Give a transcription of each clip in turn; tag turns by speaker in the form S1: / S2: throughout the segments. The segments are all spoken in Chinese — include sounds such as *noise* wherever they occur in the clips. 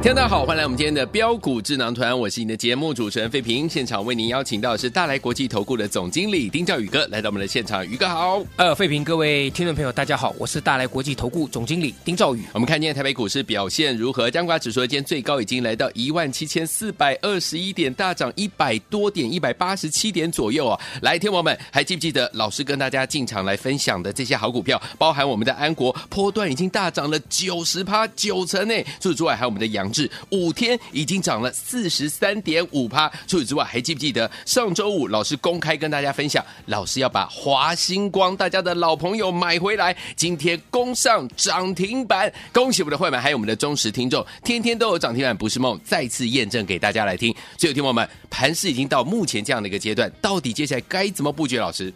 S1: 听众大家好，欢迎来我们今天的标股智囊团，我是你的节目主持人费平。现场为您邀请到的是大来国际投顾的总经理丁兆宇哥来到我们的现场，宇哥好。
S2: 呃，费平，各位听众朋友，大家好，我是大来国际投顾总经理丁兆宇。
S1: 我们看今天台北股市表现如何？加权指数今天最高已经来到一万七千四百二十一点，大涨一百多点，一百八十七点左右啊！来，天王们还记不记得老师跟大家进场来分享的这些好股票，包含我们的安国波段已经大涨了九十趴九成呢。除此之外，还有我们的杨志五天已经涨了四十三点五趴。除此之外，还记不记得上周五老师公开跟大家分享，老师要把华星光大家的老朋友买回来，今天攻上涨停板，恭喜我们的会员，还有我们的忠实听众，天天都有涨停板不是梦，再次验证给大家来听。所以，听众朋友们，盘势已经到目前这样的一个阶段，到底接下来该怎么布局？老师，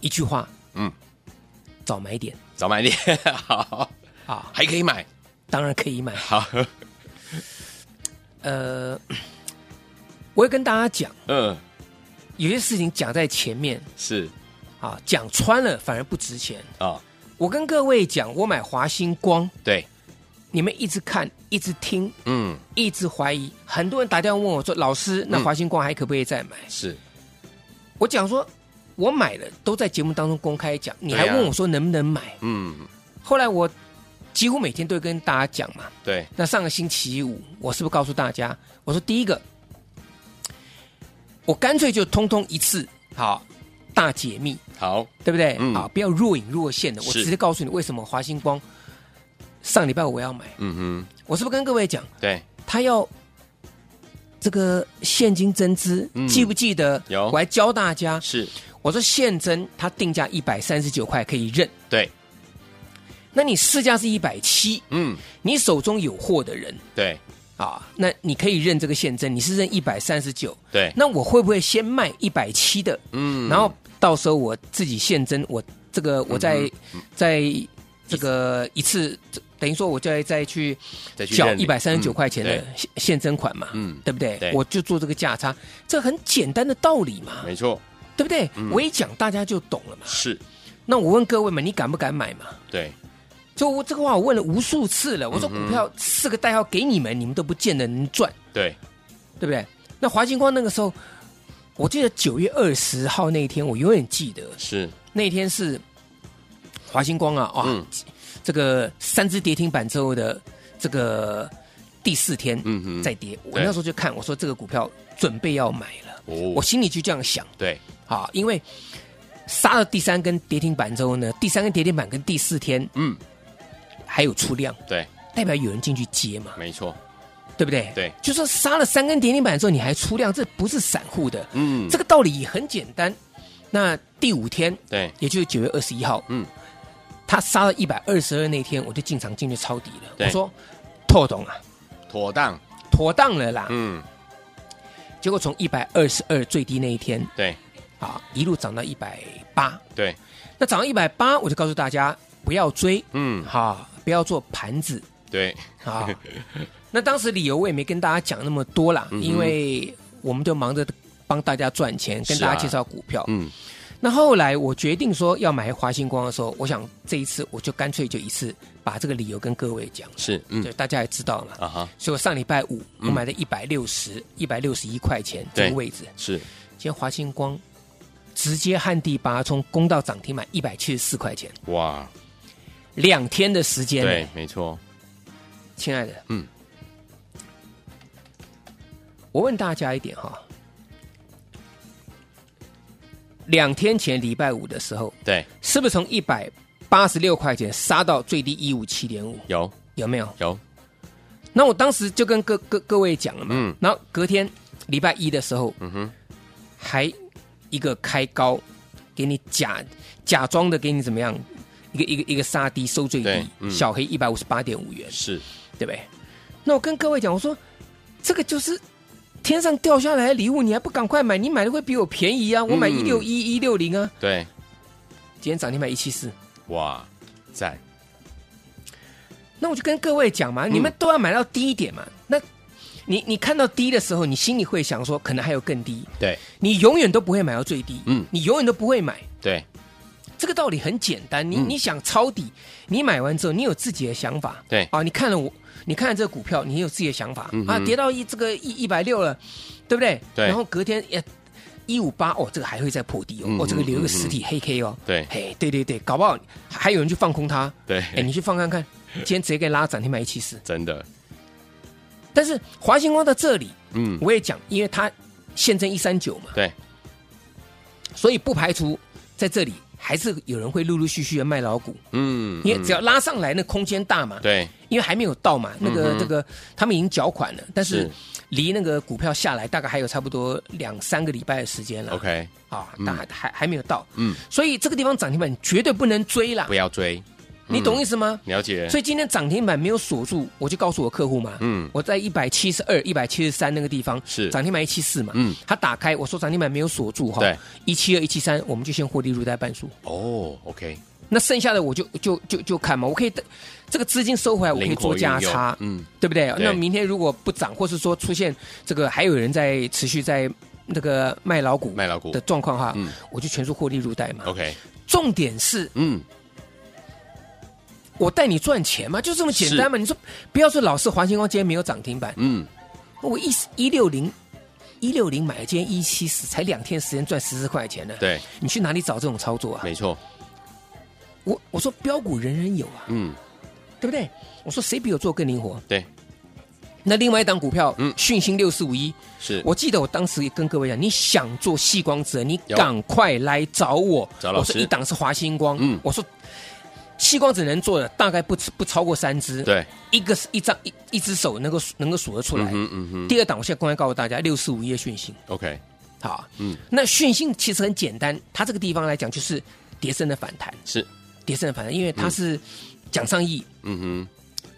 S2: 一句话，
S1: 嗯，
S2: 早买点
S1: 早买点，好，
S2: 啊，
S1: 还可以买，
S2: 当然可以买。
S1: 好，
S2: 呃，我会跟大家讲，
S1: 嗯，
S2: 有些事情讲在前面
S1: 是
S2: 啊，讲穿了反而不值钱。
S1: 啊，
S2: 我跟各位讲，我买华星光，
S1: 对，
S2: 你们一直看，一直听，
S1: 嗯，
S2: 一直怀疑。很多人打电话问我说：“老师，那
S1: 嗯
S2: 华星光还可不可以再买？”
S1: 是，
S2: 我讲说，我买了，都在节目当中公开讲，你还
S1: 对啊
S2: 问我说能不能买？
S1: 嗯，
S2: 后来我几乎每天都会跟大家讲嘛。
S1: 对，
S2: 那上个星期五，我是不是告诉大家？我说第一个，我干脆就通通一次好大解密，
S1: 好，
S2: 对不对？
S1: 嗯
S2: 啊，不要若隐若现的，我
S1: 是
S2: 直接告诉你为什么华星光上礼拜我要买，
S1: 嗯
S2: 我是不是跟各位讲，
S1: 哼，对，
S2: 他要这个现金增资，
S1: 嗯
S2: 记不记得？
S1: 有
S2: 我还教大家，
S1: 是，
S2: 我说现增它定价一百三十九块可以认，
S1: 对，
S2: 那你市价是一百七，
S1: 嗯，
S2: 你手中有货的人。
S1: 对，
S2: 啊，那你可以认这个现增，你是认一百三十九，
S1: 对，
S2: 那我会不会先卖一百七的，
S1: 嗯
S2: 然后到时候我自己现增，我这个我再、
S1: 嗯
S2: 再这个一次，等于说我再再去
S1: 再去
S2: 缴
S1: 认
S2: 一
S1: 领
S2: 百三十九块钱的
S1: 对
S2: 现现增款嘛，
S1: 嗯
S2: 对不对？
S1: 对
S2: 我就做这个价差，这很简单的道理嘛，
S1: 没嗯错，
S2: 对不对？我一讲大家就懂了嘛。
S1: 是，
S2: 那我问各位们，你敢不敢买嘛？
S1: 对，
S2: 就我这个话我问了无数次了，我
S1: 嗯
S2: 说股票四个代号给你们，你们都不见得能赚。
S1: 对，
S2: 对不对？那华星光那个时候，我记得九月二十号那一天，我永远记得
S1: 是，
S2: 那一天是华星光啊，哇，
S1: 嗯
S2: 这个三只跌停板之后的这个第四天，
S1: 嗯哼
S2: 再跌，我
S1: 对
S2: 那时候就看，我说这个股票准备要买了，
S1: 哦
S2: 我心里就这样想
S1: 对，
S2: 啊，因为杀了第三根跌停板之后呢，第三根跌停板跟第四天
S1: 嗯，
S2: 还有出量，
S1: 对，
S2: 代表有人进去接嘛，
S1: 没错，
S2: 对不对？
S1: 对，
S2: 就说杀了三根跌停板之后，你还出量，这不是散户的，
S1: 嗯，
S2: 这
S1: 个
S2: 个道理很简单。那第五天，
S1: 对，
S2: 也就是九月二十一号，
S1: 嗯，
S2: 他杀了一百二十二那天，我就进场进去抄底了。
S1: 对
S2: 我说透懂啊，
S1: 妥当，
S2: 妥当了啦。
S1: 嗯，
S2: 结果从一百二十二最低那一天
S1: 对，
S2: 啊，一路涨到一百八。
S1: 对，
S2: 那涨到一百八，我就告诉大家不要追，
S1: 嗯，
S2: 哈、不要做盘子
S1: 对，
S2: 啊。那当时理由我也没跟大家讲那么多啦，
S1: 嗯
S2: 因为我们就忙着帮大家赚钱，跟
S1: 是啊
S2: 大家介绍股票。
S1: 嗯，
S2: 那后来我决定说要买华星光的时候，我想这一次我就干脆就一次把这个理由跟各位讲，
S1: 是，嗯
S2: 对，大家也知道嘛。
S1: 啊哈，
S2: 所以我上礼拜五我买了一百六十、一百六十一块钱
S1: 对
S2: 这个位置，
S1: 是，
S2: 今天华星光直接旱地拔葱攻到涨停板一百七十四块钱，
S1: 哇，
S2: 两天的时间，
S1: 对，没错，
S2: 亲爱的，
S1: 嗯，
S2: 我问大家一点哈，两天前礼拜五的时候，
S1: 对，
S2: 是不是从一百八十六块钱杀到最低一五七点五？
S1: 有，
S2: 有没有？
S1: 有，
S2: 那我当时就跟各各各位讲了嘛，
S1: 嗯
S2: 然后隔天礼拜一的时候，
S1: 嗯哼，
S2: 还一个开高，给你假假装的给你怎么样，一个一个一个杀低收最
S1: 对
S2: 低，
S1: 嗯
S2: 小黑一百五十八点五元，
S1: 是，
S2: 对不对？那我跟各位讲，我说这个就是天上掉下来的礼物，你还不赶快买？你买的会比我便宜啊！我买
S1: 嗯
S2: 一六一一六零啊，
S1: 对，
S2: 今天涨停买一七四。
S1: 哇，赞，
S2: 那我就跟各位讲嘛，
S1: 嗯
S2: 你们都要买到低一点嘛。那你你看到低的时候，你心里会想说，可能还有更低。
S1: 对
S2: 你永远都不会买到最低，
S1: 嗯
S2: 你永远都不会买。
S1: 对，
S2: 这个道理很简单，你
S1: 嗯
S2: 你想抄底，你买完之后，你有自己的想法，
S1: 对
S2: 啊，你看了我，你看了这个股票，你有自己的想法、
S1: 嗯哼
S2: 啊，跌到一这个一一百六了，对不对？
S1: 对
S2: 然后隔天也一五八，哦，这个还会再破底哦，
S1: 嗯
S2: 哦，这个留
S1: 嗯嗯
S2: 一个实体黑 K 哦，
S1: 对
S2: 嘿，对对对，搞不好还有人去放空它，
S1: 对，
S2: 哎，你去放看看，今天直接给你拉涨停板一七四，
S1: 真的，
S2: 但是华星光到这里，
S1: 嗯，
S2: 我也讲，因为它现正一三九嘛，
S1: 对，
S2: 所以不排除在这里还是有人会陆陆续续的卖老股。
S1: 嗯，
S2: 因为只
S1: 要
S2: 要拉上来，那空间大嘛，
S1: 对，
S2: 因为还没有到嘛，那个、
S1: 嗯哼
S2: 这个他们已经缴款了，但是
S1: 是
S2: 离那个股票下来大概还有差不多两三个礼拜的时间了。
S1: ，OK，
S2: 啊，
S1: 嗯
S2: 但还还还没有到，
S1: 嗯，
S2: 所以这个地方涨停板绝对不能追啦
S1: 不，要追，嗯
S2: 你懂意思吗？
S1: 了解，
S2: 所以今天涨停板没有锁住，我就告诉我客户嘛，
S1: 嗯
S2: 我在一百七十二、一百七十三那个地方
S1: 是
S2: 涨停板一七四嘛，
S1: 嗯，
S2: 他打开我说涨停板没有锁住哈，
S1: 对，
S2: 一七二、一七三我们就先获利入袋半数，
S1: 哦，OK，
S2: 那剩下的我就就就就看嘛，我可以等这个资金收哎回来，我可以
S1: 灵活
S2: 做价
S1: 运用
S2: 差，
S1: 嗯，
S2: 对不对？
S1: 对
S2: 那明天如果不涨，或是说出现这个还有人在持续在那个卖老股
S1: 卖老股
S2: 的状况哈，
S1: 嗯哦
S2: 我就全数获利入袋嘛。
S1: ，OK，
S2: 重点是
S1: 嗯，
S2: 我带你赚钱嘛，就这么简单嘛。你说不要说老是华星光今天没有涨停板，
S1: 嗯，
S2: 我一一六零一六零买，今天一七四，才两天时间赚十四块钱呢。
S1: 对，
S2: 你去哪里找这种操作啊？
S1: 没错，
S2: 我我说标股人人有啊，
S1: 嗯，
S2: 对不对？我说谁比我做更灵活？
S1: 对，
S2: 那另外一档股票，
S1: 嗯
S2: 嗯，讯星六四五一，
S1: 是，
S2: 我记得我当时也跟各位讲，你想做细光子，啊你
S1: 有
S2: 赶快来找我。
S1: 找老
S2: 我
S1: 师
S2: 说一档是华星光，
S1: 嗯
S2: 嗯，我说细光子能做的大概不不超过三只，，
S1: 对，
S2: 一个是一张一一只手能够数能够数得出来。
S1: 嗯嗯哼
S2: 第二档，我现在公开告诉大家，六四五一的讯星，
S1: ，OK，
S2: 好，
S1: 嗯
S2: 嗯，那讯星其实很简单，它这个地方来讲就是跌升的反弹，
S1: 是，
S2: 跌升的反弹，因为它是讲上亿，
S1: 嗯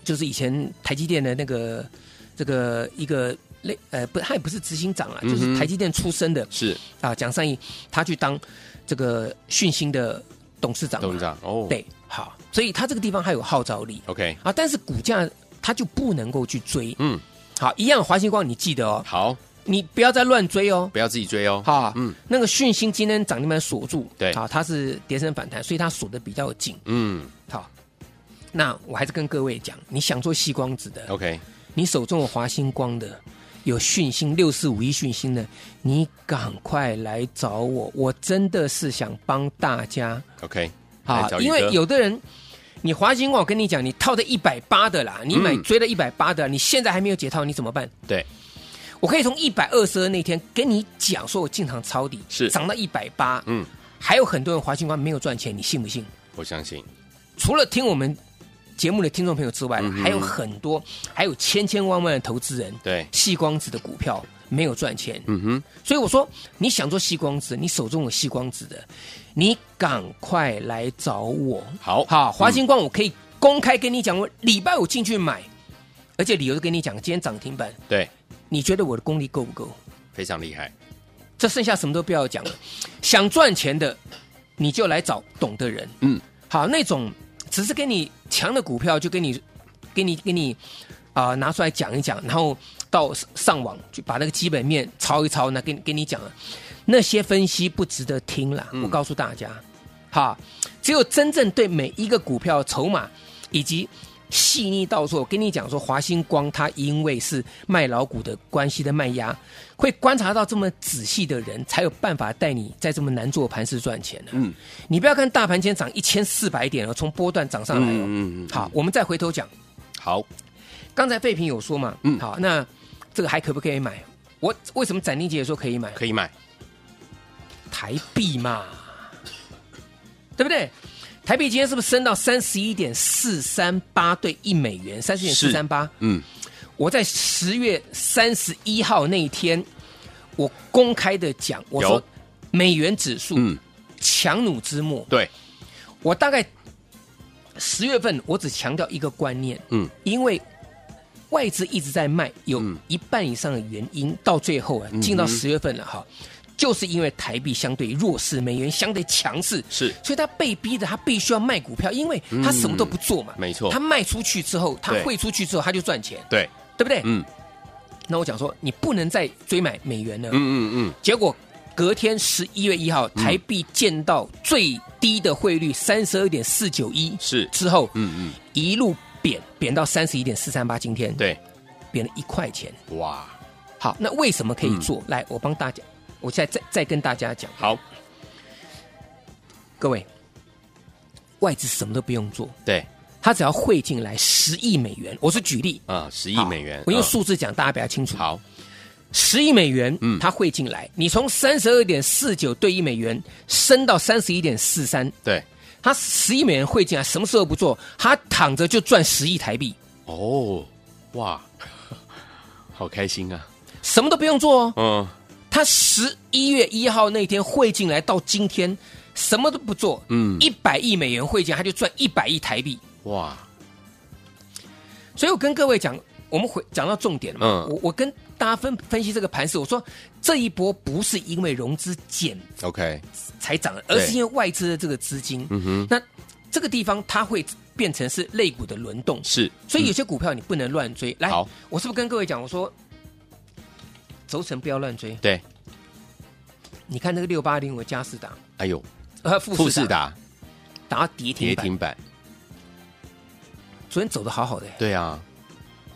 S2: 就是以前台积电的那个这个一个类呃不，他也不是执行长啊，就
S1: 嗯哼
S2: 是台积电出身的
S1: 哼，是
S2: 啊，蒋尚义他去当这个讯星的董事长嘛，
S1: 董事长，哦，
S2: 对，好，所以他这个地方还有号召力
S1: ，OK，
S2: 啊，但是股价他就不能够去追，
S1: 嗯，
S2: 好，一样华星光你记得哦，
S1: 好，
S2: 你不要再乱追哦。
S1: 不要自己追哦，
S2: 啊，
S1: 嗯
S2: 嗯，那个讯星今天涨停板锁住，
S1: 对
S2: 啊，它是跌升反弹，所以它锁的比较紧，
S1: 嗯
S2: 好。那我还是跟各位讲，你想做细光子的，
S1: ，OK，
S2: 你手中有华星光的，有讯星六四五一讯星的，你赶快来找我，我真的是想帮大家
S1: OK，来
S2: 啊
S1: 找宇，
S2: 因为
S1: 哥
S2: 有的人。你华星光，我跟你讲，你套的一百八的啦，你买
S1: 嗯
S2: 追了一百八的，你现在还没有解套，你怎么办？
S1: 对
S2: 我可以从一百二十二那天跟你讲，说我进场抄底，
S1: 是
S2: 涨到一百八，
S1: 嗯，
S2: 还有很多人华星光没有赚钱，你信不信？
S1: 我相信，
S2: 除了听我们节目的听众朋友之外，
S1: 嗯哼
S2: 还有很多，还有千千万万的投资人，
S1: 对，
S2: 细光子的股票没有赚钱，
S1: 嗯哼，
S2: 所以我说你想做细光子，你手中有细光子的，你赶快来找我。
S1: 好
S2: 好，华星光我可以公开跟你讲，我礼拜五进去买，而且理由都跟你讲，今天涨停板，
S1: 对，
S2: 你觉得我的功力够不够？
S1: 非常厉害，
S2: 这剩下什么都不要讲了，想赚钱的你就来找懂的人。
S1: 嗯，
S2: 好，那种只是给你强的股票就给你，给你，给你啊、拿出来讲一讲，然后到上网去把那个基本面抄一抄，那跟跟你讲了，那些分析不值得听啦。我告诉大家，哈，只有真正对每一个股票筹码以及细腻到说，我跟你讲说，华星光它因为是卖老股的关系的卖压，会观察到这么仔细的人，才有办法带你在这么难做的盘市赚钱呢、
S1: 嗯
S2: 你不要看大盘今天涨一千四百点哦，从波段涨上来哦。
S1: 嗯嗯嗯嗯
S2: 好，我们再回头讲，
S1: 好，
S2: 刚才废品有说嘛，
S1: 嗯
S2: 好，那这个还可不可以买？我为什么展丽姐说可以买
S1: 可以买，
S2: 台币嘛？对不对？台币今天是不是升到三十一点四三八对一美元？三十点四三八，
S1: 嗯，
S2: 我在十月三十一号那一天，我公开的讲，我说
S1: 有
S2: 美元指数
S1: 嗯，
S2: 强弩之末。
S1: 对，
S2: 我大概十月份，我只强调一个观念，
S1: 嗯，
S2: 因为外资一直在卖，有
S1: 嗯
S2: 一半以上的原因，到最后啊，进到十月份了哈，就是因为台币相对弱势，美元相对强势，
S1: 是
S2: 所以他被逼的，他必须要卖股票，因为他什么都不做嘛，
S1: 嗯没错
S2: 他卖出去之后，他
S1: 对
S2: 汇出去之后，他就赚钱，
S1: 对，
S2: 对不对？
S1: 嗯
S2: 那我讲说，你不能再追买美元了，
S1: 嗯嗯
S2: 结果隔天十一月一号，台币见到最低的汇率三十二点四九一，
S1: 是
S2: 之后，
S1: 嗯嗯
S2: 一路贬贬到三十一点四三八，今天
S1: 嗯，对，
S2: 贬了一块钱。
S1: 哇，
S2: 好，那为什么可以
S1: 嗯
S2: 做？来，我帮大家，我现在再再跟大家讲，
S1: 好，
S2: 各位，外资什么都不用做，
S1: 对
S2: 他只要汇进来十亿美元，我是举例。
S1: 啊，十亿
S2: 好
S1: 美元，
S2: 我用
S1: 嗯
S2: 数字讲，大家比较清楚。
S1: 好，
S2: 十亿美元，
S1: 嗯
S2: 它汇进来，你从三十二点四九对一美元升到三十一点四三，
S1: 对，
S2: 他十亿美元汇进来，什么事都不做，他躺着就赚十亿台币，
S1: 哦，哇， *laughs* 好开心啊，
S2: 什么都不用做哦。
S1: 嗯，
S2: 他十一月一号那天汇进来到今天，什么都不做，
S1: 嗯
S2: 一百亿美元汇进来，他就赚一百亿台币。
S1: 哇，
S2: 所以我跟各位讲，我们回讲到重点了嘛，
S1: 嗯
S2: 我我跟大家分分析这个盘势，我说这一波不是因为融资减
S1: OK，
S2: 才涨的，
S1: 对
S2: 而是因为外资的这个资金，
S1: 嗯哼，
S2: 那这个地方它会变成是类股的轮动，
S1: 是，
S2: 所以有
S1: 嗯
S2: 些股票你不能乱追。来
S1: 好，
S2: 我是不是跟各位讲，我说轴承不要乱追？
S1: 对，
S2: 你看那个六八零五嘉士达，
S1: 哎呦，
S2: 呃，富
S1: 富
S2: 士
S1: 士
S2: 达
S1: 达
S2: 打到跌停
S1: 跌
S2: 板，
S1: 停板，
S2: 昨天走的好好的，
S1: 对啊，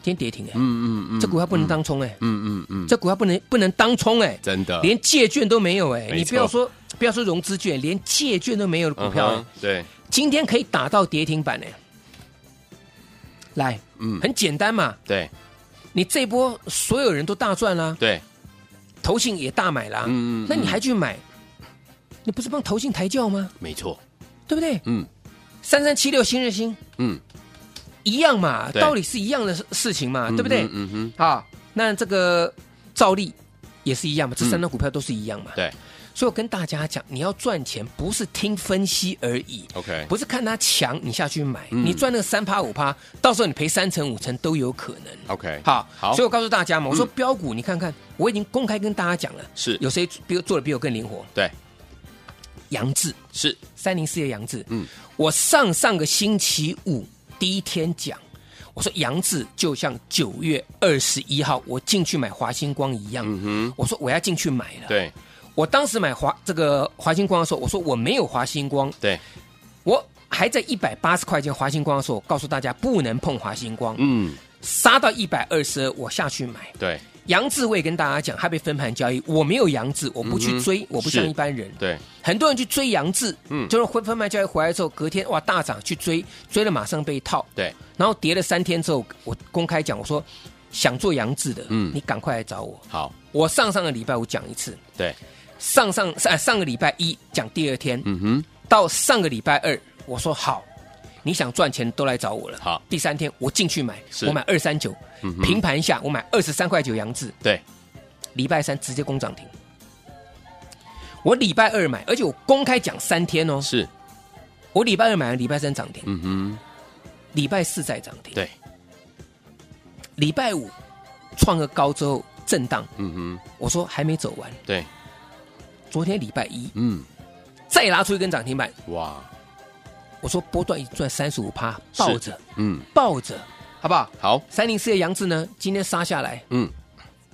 S2: 今天跌停哎，
S1: 嗯嗯嗯，
S2: 这股票不能当冲哎，
S1: 嗯，嗯嗯嗯，
S2: 这股票不能不能当冲哎，
S1: 真的
S2: 连借券都没有哎，
S1: 没
S2: 你
S1: 错
S2: 不要说不要说融资券，连借券都没有的股
S1: 嗯
S2: 票哎
S1: 哼，对，
S2: 今天可以打到跌停板哎，来，
S1: 嗯，
S2: 很简单嘛，
S1: 对
S2: 你这波所有人都大赚啦，
S1: 对，
S2: 投信也大买啦，
S1: 嗯嗯
S2: 啊那
S1: 嗯
S2: 你还去买？你不是帮投信抬轿吗？
S1: 没错，
S2: 对不对？
S1: 嗯
S2: 三三七六新日新
S1: 嗯，
S2: 一样嘛，
S1: 对
S2: 道理是一样的事事情嘛，对不对
S1: 嗯？嗯哼，
S2: 啊，那这个照例也是一样嘛，这
S1: 嗯
S2: 三张股票都是一样嘛。
S1: 对
S2: 所以我跟大家讲，你要赚钱不是听分析而已，
S1: ，OK，
S2: 不是看它强你下去买，
S1: 嗯
S2: 你赚那个三趴五趴，到时候你赔三成五成都有可能。
S1: OK，
S2: 好，
S1: 好
S2: 所以我告诉大家嘛，我说
S1: 嗯
S2: 标股，你看看，我已经公开跟大家讲了，
S1: 是
S2: 有谁比我做的比我更灵活？
S1: 对，
S2: 杨志
S1: 是
S2: 三零四的杨志，
S1: 嗯
S2: 嗯，我上上个星期五第一天讲，我说杨志就像九月二十一号我进去买华星光一样，
S1: 嗯
S2: 我说我要进去买了。，
S1: 对
S2: 我当时买华这个华星光的时候，我说我没有华星光，
S1: 对，
S2: 我还在一百八十块钱华星光的时候，我告诉大家不能碰华星光，
S1: 嗯
S2: 杀到一百二十，我下去买。
S1: 对
S2: 杨志我也跟大家讲，他被分盘交易，我没有杨志，我不去追，我不像
S1: 嗯是
S2: 一般人。
S1: 对，
S2: 很多人去追杨志，
S1: 嗯
S2: 嗯，就是回分盘交易回来之后，隔天哇大涨去追，追了马上被套，
S1: 对，
S2: 然后跌了三天之后，我公开讲我说想做杨志的，
S1: 嗯
S2: 嗯，你赶快来找我。
S1: 好，
S2: 我上上个礼拜我讲一次，
S1: 对，
S2: 上上上上个礼拜一讲第二天，
S1: 嗯哼，
S2: 到上个礼拜二我说好，你想赚钱都来找我了。
S1: 好，
S2: 第三天我进去买
S1: 是，
S2: 我买二三九
S1: 嗯，哼
S2: 平盘下我买二十三块九杨志，
S1: 对，
S2: 礼拜三直接攻涨停。我礼拜二买，而且我公开讲三天哦，
S1: 是，
S2: 我礼拜二买完，礼拜三涨停，
S1: 嗯哼，
S2: 礼拜四再涨停，
S1: 对，
S2: 礼拜五创个高之后震荡，
S1: 嗯哼，
S2: 我说还没走完，
S1: 对，
S2: 昨天礼拜一
S1: 嗯，
S2: 再拉出一根涨停板，
S1: 哇，
S2: 我说波段已经赚三十五趴，
S1: 是
S2: 抱着
S1: 嗯，
S2: 抱着，好不好？
S1: 好，
S2: 三零四的杨志呢，今天杀下来，
S1: 嗯，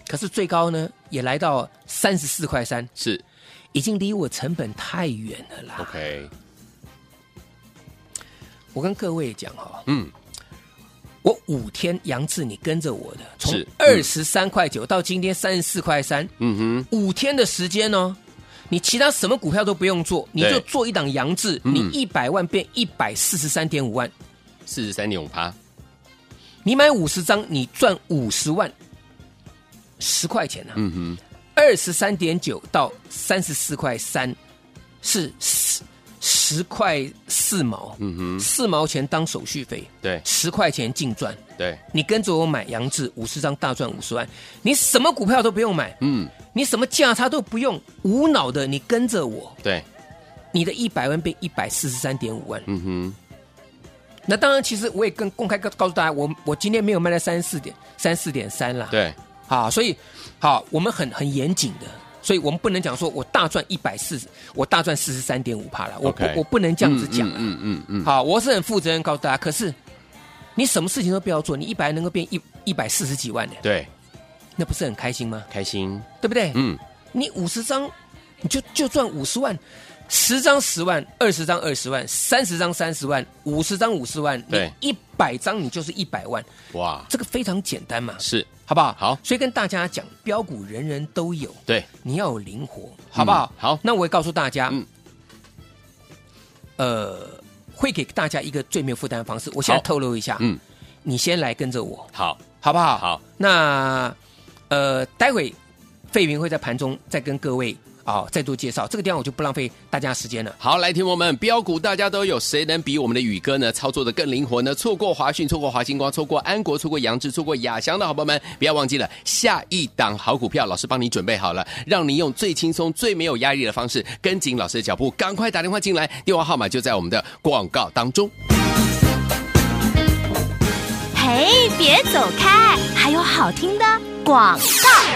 S2: 可是最高呢也来到三十四块三，
S1: 是
S2: 已经离我成本太远了啦。
S1: OK，
S2: 我跟各位讲哈、
S1: 嗯，
S2: 我五天杨志你跟着我的，从
S1: 是嗯
S2: 二十三块九到今天三十四块三，
S1: 嗯哼，
S2: 五天的时间哦，你其他什么股票都不用做，你
S1: 对
S2: 就做一档杨志，
S1: 嗯
S2: 你一百万变一百四十三点五万，
S1: 四十三点五趴，
S2: 你买五十张，你赚五十万，十块钱啊，
S1: 嗯哼，
S2: 二十三点九到三十四块三是十十块四毛，
S1: 嗯哼，
S2: 四毛钱当手续费，
S1: 对
S2: 十块钱净赚。
S1: 对，
S2: 你跟着我买杨志五十张大赚五十万，你什么股票都不用买，
S1: 嗯，
S2: 你什么价差都不用，无脑的你跟着我，
S1: 对，
S2: 你的一百万变一百四十三点五万。
S1: 嗯哼，
S2: 那当然，其实我也跟公开告告诉大家，我我今天没有卖到三四点三四点三啦。
S1: 对，
S2: 啊，所以好，我们很很严谨的，所以我们不能讲说我大赚一百四十，我大赚四十三点五帕了，我不
S1: OK
S2: 我不能这样子
S1: 嗯
S2: 讲啊。
S1: 嗯嗯嗯，嗯，
S2: 好，我是很负责任告诉大家，可是你什么事情都不要做，你一百能够变一一百四十几万的，
S1: 对，
S2: 那不是很开心吗？
S1: 开心，
S2: 对不对？
S1: 嗯，
S2: 你五十张，你就就赚五十万，十张十万，二十张二十万，三十张三十万，五十张五十万，
S1: 对
S2: 一百张你就是一百万，
S1: 哇，
S2: 这个非常简单嘛，
S1: 是
S2: 好不好？
S1: 好
S2: 所以跟大家讲，标股人人都有，
S1: 对，
S2: 你要有灵活，好不好？
S1: 好
S2: 那我也告诉大家，
S1: 嗯
S2: 呃，会给大家一个最没有负担的方式，我现在
S1: 好
S2: 透露一下，
S1: 嗯，
S2: 你先来跟着我，
S1: 好，
S2: 好不好？
S1: 好，
S2: 那呃，待会费云会在盘中再跟各位啊、再做介绍，这个地方我就不浪费大家时间了。
S1: 好，来，听我们标股大家都有，谁能比我们的宇哥呢操作的更灵活呢？错过华讯，错过华星光，错过安国，错过杨志，错过亚翔的好朋友们，不要忘记了下一档好股票，老师帮你准备好了，让你用最轻松、最没有压力的方式跟紧老师的脚步，赶快打电话进来，电话号码就在我们的广告当中。
S3: 嘿，别走开，还有好听的广。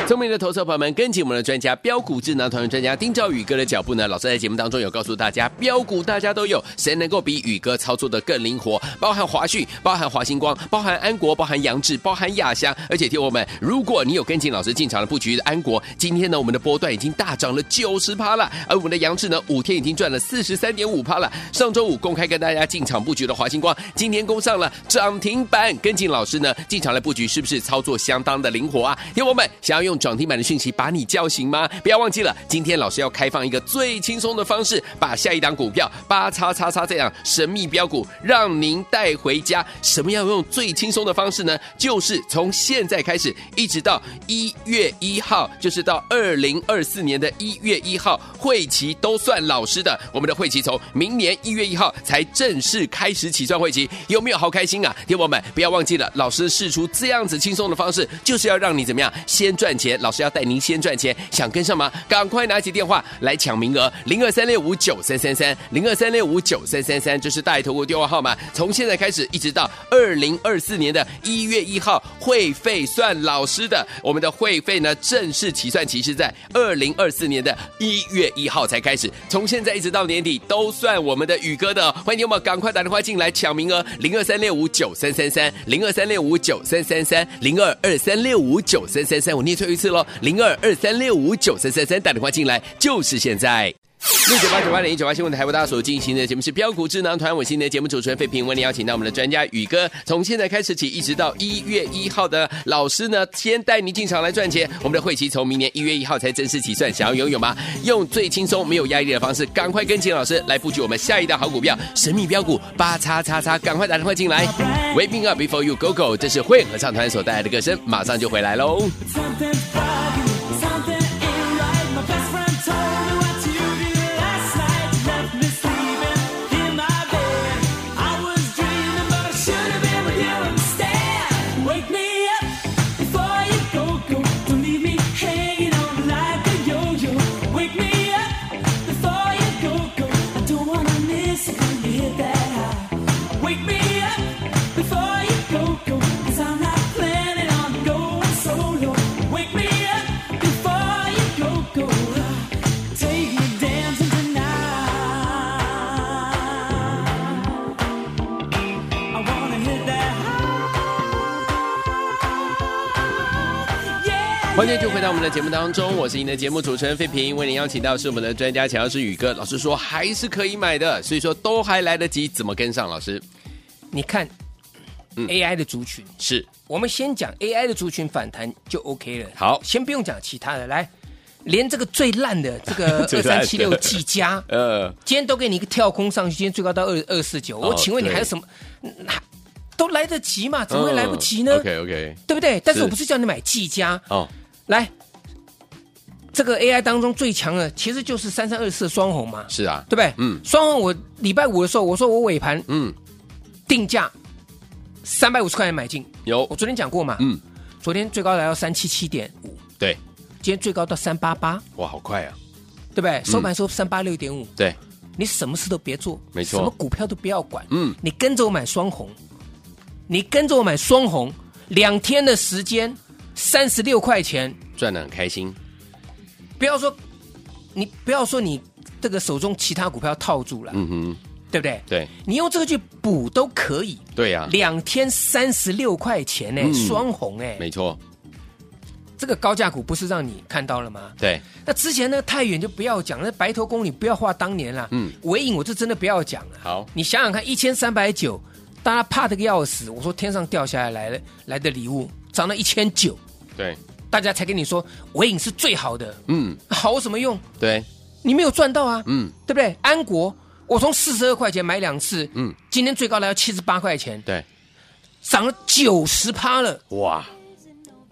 S1: 聪明的投资者朋友们，跟紧我们的专家标股智囊团的专家丁兆宇哥的脚步呢，老师在节目当中有告诉大家，标股大家都有，谁能够比宇哥操作的更灵活？包含华讯，包含华星光，包含安国，包含杨志，包含亚翔。而且听我们，如果你有跟紧老师进场的布局的安国，今天呢我们的波段已经大涨了九十趴了，而我们的杨志呢五天已经赚了四十三点五趴了。上周五公开跟大家进场布局的华星光，今天攻上了涨停板，跟紧老师呢进场来布局，是不是操作相当的灵活啊？听我们想要用涨停板的讯息把你叫醒吗？不要忘记了，今天老师要开放一个最轻松的方式，把下一档股票八叉叉叉这样神秘标股让您带回家。什么样用最轻松的方式呢？就是从现在开始，一直到一月一号，就是到二零二四年的一月一号，会期都算老师的。我们的会期从明年一月一号才正式开始起算会期，有没有好开心啊？听我们不要忘记了，老师试出这样子轻松的方式，就是要让你怎么样先赚钱。老师要带您先赚钱，想跟上吗？赶快拿起电话来抢名额，零二三六五九三三三，零二三六五九三三三，这是大头股电话号码。从现在开始一直到二零二四年的一月一号，会费算老师的，我们的会费呢正式起算期是在二零二四年的一月一号才开始，从现在一直到年底都算我们的宇哥的哦、欢迎我们赶快打电话进来抢名额，零二三六五九三三三，零二三六五九三三三，零二二三六五九三三三，我念错一次喽，零二二三六五九三三三，打电话进来就是现在。六九八九八零一九八新闻台为大家所进行的节目是标股智囊团，我是你的节目主持人费平，为您邀请到我们的专家宇哥，从现在开始起一直到一月一号的老师呢，先带您进场来赚钱。我们的会期从明年一月一号才正式起算，想要拥有吗？用最轻松、没有压力的方式，赶快跟紧老师来布局我们下一档好股票，神秘标股八叉叉叉，赶快打电话进来。Waking up before you go go，这是混合唱团所带来的歌声，马上就回来喽。
S4: Something foggy, something ain't right. My best friend told me what you did last night. You left me sleeping in my bed. I was dreaming, but I should have been with you instead. Wake me up before you go go. Don't leave me hanging on like a yo-yo. Wake me up before you go go. I don't wanna miss it when you hit that high. Wake me up before you go go. 'Cause I'm not planning on going solo. Wake me up before you go go. Take me dancing tonight. I wanna hit that high. Yeah.
S1: 欢迎继续回到我们的节目当中，我是您的节目主持人费平，为您邀请到是我们的专家乔老师宇哥。老师说还是可以买的，所以说都还来得及，怎么跟上？老师
S2: 你看、AI
S1: 嗯
S2: 的族群，
S1: 是
S2: 我们先讲 AI 的族群反弹就 OK 了。
S1: 好
S2: 先不用讲其他的，来，连这个最烂的这个
S1: *laughs* 最
S2: 二
S1: 烂
S2: 三
S1: 的
S2: 七六技嘉，
S1: 呃，
S2: 今天都给你一个跳空上去，今天最高到二二四九，我
S1: 哦
S2: 请问你
S1: 对嗯
S2: 还有什么？嗯还都来得及嘛？怎么会来不及呢？
S1: ？OK OK，
S2: 对不对？但是
S1: 是
S2: 我不是叫你买技嘉，
S1: 哦，
S2: 来，这个 AI 当中最强的其实就是三三二四双红嘛，
S1: 是啊
S2: 对，不对？
S1: 嗯
S2: 双红我礼拜五的时候，我说我尾盘
S1: 嗯，
S2: 定价三百五十块钱买进，
S1: 有
S2: 我，昨天讲过嘛，
S1: 哦嗯，
S2: 昨天最高来到三七七点五，
S1: 对，
S2: 今天最高到三八八，
S1: 哇，好快啊，
S2: 对不对？收盘收三八六点五，
S1: 对，
S2: 你什么事都别做，
S1: 没错
S2: 什么股票都不要管，
S1: 嗯
S2: 你跟着我买双红，你跟着我买双红，两天的时间三十六块钱，
S1: 赚的很开心，
S2: 不要说你不要说你这个手中其他股票套住了，
S1: 嗯哼，
S2: 对不对？
S1: 对，
S2: 你用这个去补都可以，
S1: 对呀，
S2: 两天三十六块钱呢、
S1: 啊嗯
S2: 双红哎、
S1: 没错，
S2: 这个高价股不是让你看到了吗？
S1: 对，
S2: 那之前那个太远就不要讲，那白头宫你不要画当年啦。
S1: 嗯
S2: 嗯，尾影我这真的不要讲了。
S1: 好
S2: 你想想看，一千三百九，大家怕的个要死。我说天上掉下来来了来的礼物涨到一千九，
S1: 对，
S2: 大家才跟你说尾影是最好的，
S1: 嗯，
S2: 好有什么用？
S1: 对，
S2: 你没有赚到啊，
S1: 嗯，
S2: 对不对？安国，我从四十二块钱买两次，
S1: 嗯
S2: 嗯，今天最高来到七十八块钱，
S1: 对，
S2: 涨了九十趴了。
S1: 哇，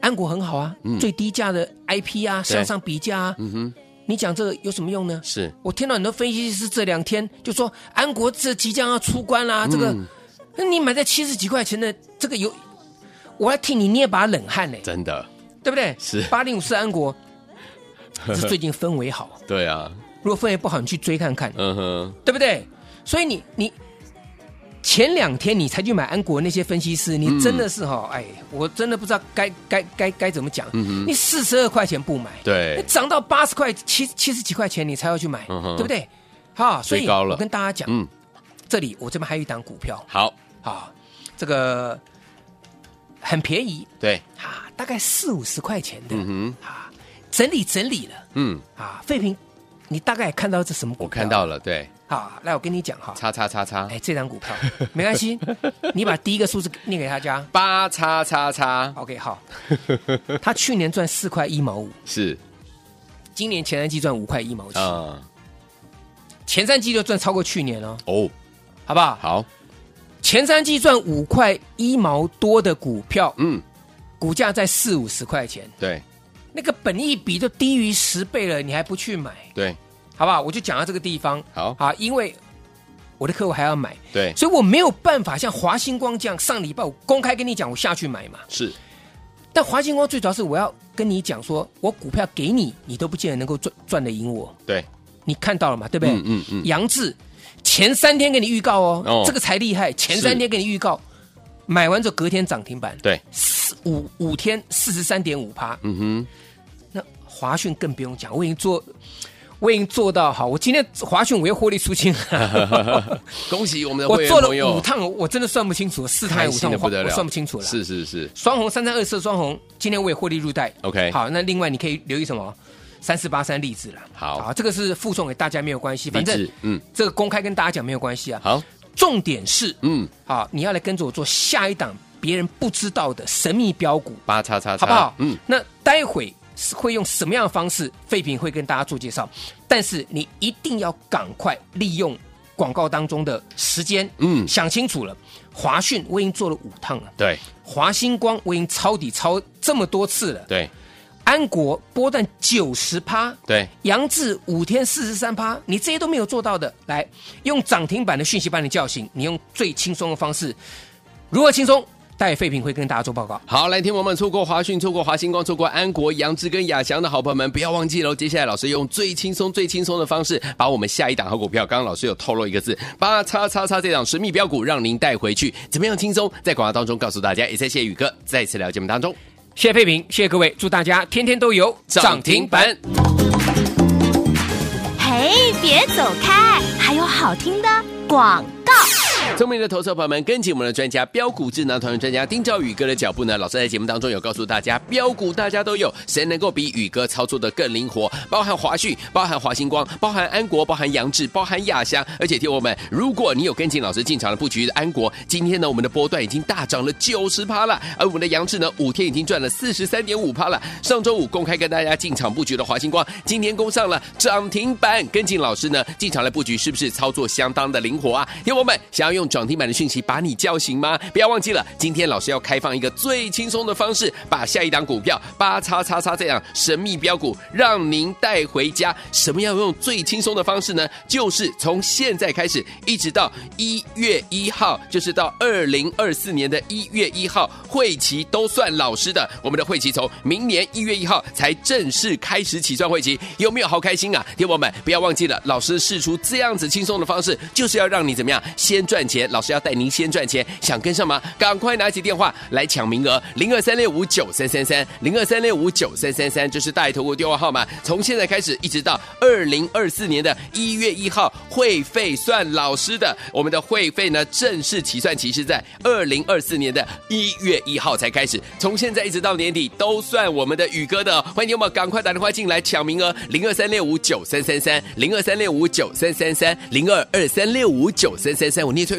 S2: 安国很好啊，
S1: 嗯
S2: 最低价的 IP 啊，
S1: 对
S2: 向上比价啊，
S1: 嗯哼，
S2: 你讲这个有什么用呢？
S1: 是，
S2: 我听到很多分析师这两天就说，安国这即将要出关啦、这个，那你买在七十几块钱的这个有，我来替你捏把冷汗呢、
S1: 真的，
S2: 对不对？
S1: 是
S2: 八零五四安国，是最近氛围好，
S1: 对啊，
S2: 如果氛围不好，你去追看看，
S1: 嗯哼，
S2: 对不对？所以你你前两天你才去买安国，那些分析师，你真的是哈、哎，我真的不知道该该该该怎么讲，你四十二块钱不买，那
S1: 对，
S2: 哎涨到八十块、七七十几块钱，你才要去买，
S1: 嗯哼
S2: 对不对？哈，所以
S1: 最高了
S2: 我跟大家讲，
S1: 嗯，
S2: 这里我这边还有一档股票
S1: 好，
S2: 啊，这个很便宜
S1: 对，
S2: 啊，大概四五十块钱的、
S1: 嗯
S2: 啊，整理整理了
S1: 哼，嗯，
S2: 啊，废品，你大概也看到这什么股
S1: 我
S2: 票？
S1: 看到了，对，
S2: 啊，来我跟你讲哈，
S1: 叉叉叉叉，
S2: 哎，这档
S1: *laughs*
S2: 股票没关系，你把第一个数字念给大家。
S1: 八叉叉叉，
S2: OK，好，
S1: *laughs*
S2: 他去年赚四块一毛五，
S1: 是，
S2: 今年前三季赚五块一毛七，
S1: 啊，
S2: 前三季就赚超过去年哦，
S1: 哦，
S2: 好不好？
S1: 好，
S2: 前三季赚五块一毛多的股票，
S1: 嗯，
S2: 股价在四五十块钱，
S1: 对，
S2: 那个本益比都低于十倍了，你还不去买，
S1: 对，
S2: 好不好？我就讲到这个地方
S1: 好，
S2: 啊，因为我的客户还要买，
S1: 对，
S2: 所以我没有办法像华星光这样，上礼拜我公开跟你讲我下去买嘛。
S1: 是，
S2: 但华星光最主要是我要跟你讲说，我股票给你，你都不见得能够赚赚得赢我，
S1: 对，
S2: 你看到了嘛？对不对？
S1: 嗯嗯嗯
S2: 杨志前三天给你预告哦，
S1: 哦
S2: 这个才厉害，前三天给你预告，买完之后隔天涨停板，
S1: 对，
S2: 四五五天四十三点五趴。
S1: 嗯哼，
S2: 那华讯更不用讲，我已经做，我已经做到好。我今天华讯我又获利出
S1: *laughs*
S2: 清，
S1: 恭喜我们的
S2: 我
S1: 会员
S2: 做
S1: 朋
S2: 了
S1: 友
S2: 五，趟，我真的算不清楚，四趟还
S1: 开
S2: 是五
S1: 心
S2: 趟
S1: 的
S2: 我
S1: 不得
S2: 我
S1: 了，
S2: 算不清楚了。
S1: 是是是
S2: 双红三三二四双红，今天我也获利入袋。
S1: ，OK，，
S2: 好，那另外你可以留意什么？三四八三例子了。
S1: 好
S2: 这个是附送给大家没有关系，反
S1: 励
S2: 正
S1: 志嗯，
S2: 这个公开跟大家讲没有关系啊。
S1: 好，
S2: 重点是，
S1: 嗯，
S2: 好，你要来跟着我做下一档别人不知道的神秘标股，
S1: 八叉叉叉，
S2: 好不好？
S1: 嗯，，
S2: 那待会是会用什么样的方式，废品会跟大家做介绍，但是你一定要赶快利用广告当中的时间，
S1: 嗯
S2: 想清楚了。华讯我已经做了五趟了，
S1: 对
S2: 华星光我已经抄底抄这么多次了，
S1: 对
S2: 安国波段九十趴。
S1: 对，
S2: 杨志五天四十三趴，你这些都没有做到的，来用涨停板的讯息把你叫醒，你用最轻松的方式，如何轻松？戴废品会跟大家做报告。
S1: 好，来，听我们错过华讯、错过华星光、错过安国、杨志跟亚翔的好朋友们，不要忘记喽。接下来老师用最轻松、最轻松的方式，把我们下一档好股票，刚刚老师有透露一个字，八叉叉叉这档神秘标股，让您带回去，怎么样轻松？在广告当中告诉大家，也谢谢宇哥再次来到节目当中，
S2: 谢谢废品，谢谢各位，祝大家天天都有
S1: 涨停板。
S3: 嘿，别走开，还有好听的广告。
S1: 聪明的投资者朋友们，跟紧我们的专家标股智囊团的专家丁兆宇哥的脚步呢。老师在节目当中有告诉大家，标股大家都有，谁能够比宇哥操作的更灵活？包含华讯，包含华星光，包含安国，包含杨志，包含亚翔。而且听我们，如果你有跟进老师进场的布局的安国，今天呢我们的波段已经大涨了九十趴了，而我们的杨志呢五天已经赚了四十三点五趴了。上周五公开跟大家进场布局的华星光，今天攻上了涨停板，跟进老师呢进场来布局，是不是操作相当的灵活啊？听我们想。想要用涨停板的讯息把你叫醒吗？不要忘记了，今天老师要开放一个最轻松的方式，把下一档股票八叉叉叉这样神秘标股让您带回家。什么样用最轻松的方式呢？就是从现在开始，一直到一月一号，就是到二零二四年的一月一号，会期都算老师的。我们的会期从明年一月一号才正式开始起算会期，有没有好开心啊？听友们，不要忘记了，老师试出这样子轻松的方式，就是要让你怎么样先赚钱。老师要带您先赚钱，想跟上吗？赶快拿起电话来抢名额，零二三六五九三三三，零二三六五九三三三，这是大头国电话号码。从现在开始一直到二零二四年的一月一号，会费算老师的，我们的会费呢正式起算期是在二零二四年的一月一号才开始，从现在一直到年底都算我们的宇哥的哦、欢迎你们赶快打电话进来抢名额，零二三六五九三三三，零二三六五九三三三，零二二三六五九三三三，我念错